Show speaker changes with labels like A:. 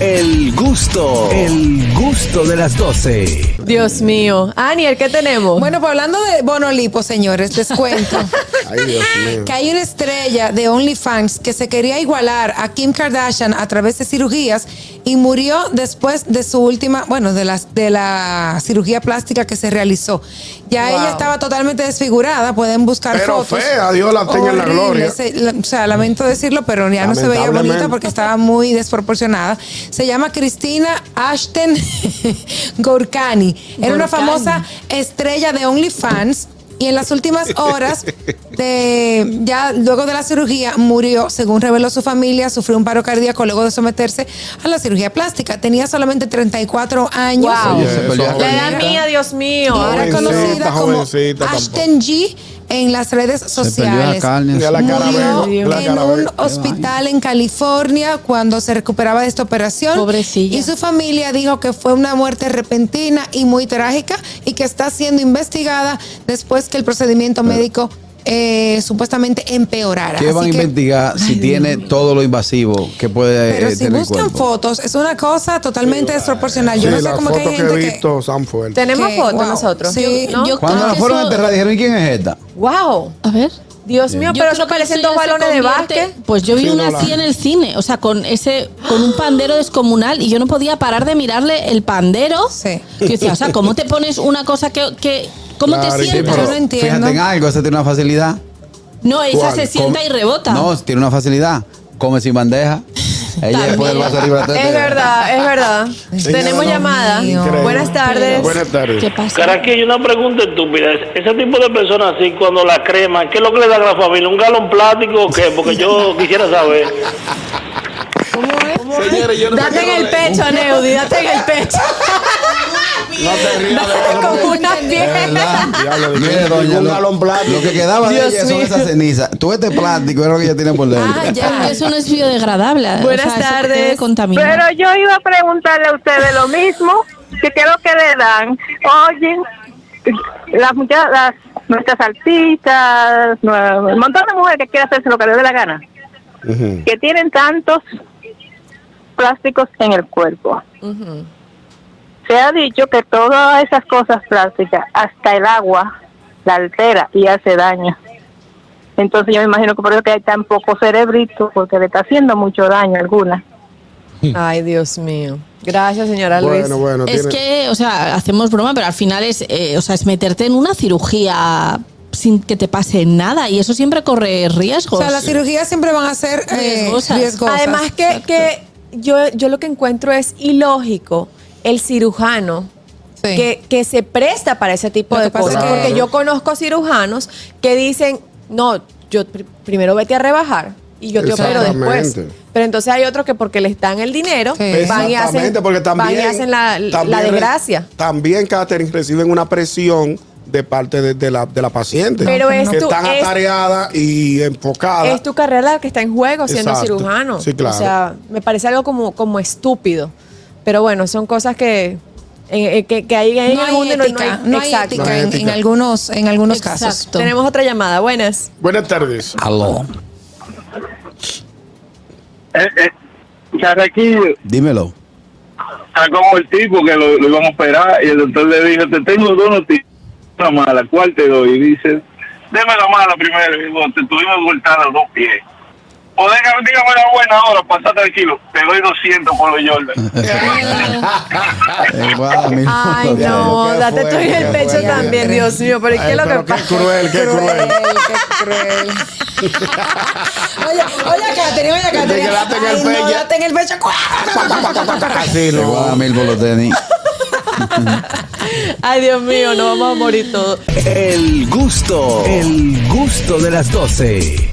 A: El gusto, el gusto de las 12.
B: Dios mío. Aniel, ¿qué tenemos?
C: Bueno, pues hablando de Bonolipo, señores, les cuento
D: Ay, Dios mío.
C: que hay una estrella de OnlyFans que se quería igualar a Kim Kardashian a través de cirugías y murió después de su última, bueno, de la, de la cirugía plástica que se realizó. Ya
B: Wow.
C: ella estaba totalmente desfigurada, pueden buscar
D: Pero
C: fotos.
D: fea, Dios la tenga en la
C: Horrible,
D: gloria.
C: se- la- o sea, lamento decirlo, pero ya no se veía
D: Lamentablemente.
C: bonita porque estaba muy desproporcionada. Se llama Cristina Ashton Gorkani. Era una
B: Gorkani.
C: famosa estrella de OnlyFans. Y en las últimas horas, de, ya luego de la cirugía, murió. Según reveló su familia, sufrió un paro cardíaco luego de someterse a la cirugía plástica. Tenía solamente 34 años.
B: Wow.
D: Oye, eso,
B: La
D: jovencita.
B: edad mía, Dios mío.
C: Y era
D: Jovencita,
C: conocida como
D: jovencita,
C: Ashton G en las redes
E: Se perdió la
C: sociales.
E: carne.
D: Ya la cara
C: Murió
D: verde, la
C: en
D: cara
C: un
D: verde.
C: hospital en California cuando se recuperaba de esta operación.
B: Pobrecilla.
C: Y su familia dijo que fue una muerte repentina y muy trágica y que está siendo investigada después que el procedimiento médico eh, supuestamente empeorara.
E: ¿Qué van a
C: Así que-
E: investigar si tiene todo lo invasivo que puede
C: Pero
E: eh,
C: si
E: tener el
C: buscan
E: cuerpo?
C: fotos, es una cosa totalmente desproporcional.
D: Sí,
C: Yo no sé
D: las
C: cómo que hay
D: fotos que
C: gente
D: he
C: que...
D: visto son fuertes.
B: ¿Tenemos
C: que-
B: fotos
C: wow.
B: nosotros?
C: Sí,
B: ¿No?
F: yo-
E: Cuando
F: Ah,
E: la fueron a
F: eso-
E: enterrar, dijeron, ¿y quién es esta?
B: ¡Wow!
F: A ver.
B: Dios mío,
F: Yo
B: pero
F: creo
B: eso
F: que
B: parecen
F: eso
B: dos
F: ya se
B: balones de
F: convierte-
B: básquet.
F: Pues yo vi
D: Sí,
F: una
D: no,
F: así
D: la-
F: en el cine, o sea, con ese, con un pandero descomunal y yo no podía parar de mirarle el pandero.
C: Sí.
F: Que decía, o sea, ¿cómo te pones una cosa que, que- cómo
D: Claro,
F: te
D: sí,
F: sientas?
C: pero- no entiendo.
E: fíjate en algo, esa tiene una facilidad.
F: No, esa
D: ¿Cuál?
F: se sienta
E: Come-
F: y rebota.
E: No, tiene una facilidad. Come sin bandeja. Ella le pone el vaso arriba. de la teta.
B: Es verdad, es verdad.
D: Señora,
B: Tenemos
D: no,
B: llamada.
D: increíble.
B: Buenas tardes.
D: Buenas tardes.
F: ¿Qué pasa?
G: Caraquillo, una pregunta estúpida. Ese tipo de personas así, cuando la crema, ¿qué es lo que le dan a la familia? ¿Un galón plástico o qué? Porque yo quisiera saber.
D: Señores, yo no
B: Date en el pecho, Neudi, date en el pecho.
D: No te rías de
B: Date
D: eso,
B: con
D: porque-
B: una
E: Es
B: pierna.
E: verdad.
D: Diablo,
E: Mire,
D: dije,
E: doña,
D: un
E: lo-
D: galón plástico.
E: Lo que quedaba de
B: Dios
E: ella son
B: mío.
E: esas cenizas. Tú este plástico es lo que ella tiene por dentro.
C: Ah, ya.
F: Porque Eso no es biodegradable. o sea,
B: Buenas
F: eso te
B: tardes.
F: debe contaminar.
H: Pero Pues yo iba a preguntarle a ustedes lo mismo, que qué es lo que le dan. Oye, las muchachas, las, nuestras artistas, nue- un montón de mujeres que quieren hacerse lo que les dé la gana,
D: Ujú.
H: que tienen tantos plásticos en el cuerpo. Se ha dicho que todas esas cosas plásticas, hasta el agua, la altera y hace daño. Entonces yo me imagino que por eso que hay tan poco cerebrito, porque le está haciendo mucho daño a alguna.
B: Ay, Dios mío. Gracias, señora Luis.
D: Bueno, bueno,
F: Es
D: tiene-
F: que, o sea, hacemos broma, pero al final es, eh, o sea, es meterte en una cirugía sin que te pase nada y eso siempre corre
C: O
F: riesgos.
C: sea, las cirugías siempre van a ser eh,
F: Riesgosas.
C: riesgosas.
B: Además que, que yo, yo lo que encuentro es ilógico el cirujano
C: Sí.
B: que, que se presta para ese tipo
C: Lo
B: de
C: que pasa
B: cosas.
C: es que-
B: Porque yo conozco cirujanos que dicen, no, yo pr- primero vete a rebajar y yo te opero después.
D: Exactamente.
B: Pero entonces hay otros que porque les dan el dinero,
C: Sí.
B: van, y hacen,
D: Exactamente, porque
B: van
D: también,
B: y hacen la, la
D: también re-
B: desgracia.
D: También, Catherine, reciben una presión de parte de, de la, de la paciente.
B: Pero es
D: que
B: tu-
D: están
B: es-
D: atareadas y enfocadas.
B: Es tu carrera la que está en juego siendo
D: Exacto.
B: cirujano.
D: Sí, claro.
B: O sea, me parece algo como, como estúpido. Pero bueno, son cosas que, eh, eh, que, que hay en
C: no
B: el
C: hay
B: mundo y
C: ética, no hay
B: exacto.
C: ética
D: No hay
C: en- en
D: ética.
C: algunos en algunos casos.
F: Exacto.
B: Tenemos otra llamada. Buenas.
D: Buenas tardes.
E: Aló.
I: Eh, eh, Carraquillo,
E: Dímelo.
I: está como el tipo que lo, lo iban a operar y el doctor le dijo, te tengo dos noticias, una mala, ¿cuál te doy? Y dice, deme la mala primero, y digo, te tuvimos cortada los dos pies. O déjame, dígame la buena ahora, pasa tranquilo, te doy 200 por los Jordan.
E: Eh, guau, mi
B: Ay,
E: modo,
B: no,
D: qué
B: date tú en
D: fuerte,
B: el
D: qué
B: pecho
D: fuerte.
B: también, Dios mío. Pero ¿y ¿qué
D: Ay,
B: es lo que
D: Eh, pero qué
B: pasa?
D: cruel, qué cruel.
C: qué cruel. oye, oye, Katherine, oye, Katherine.
D: quedaste en el
C: Ay, no,
D: pecho.
C: date en el pecho.
D: Así
E: Te voy a dar
D: no.
E: mil por los tenis.
B: Ay, Dios mío, no vamos a morir todos.
A: El gusto, el gusto de las 12.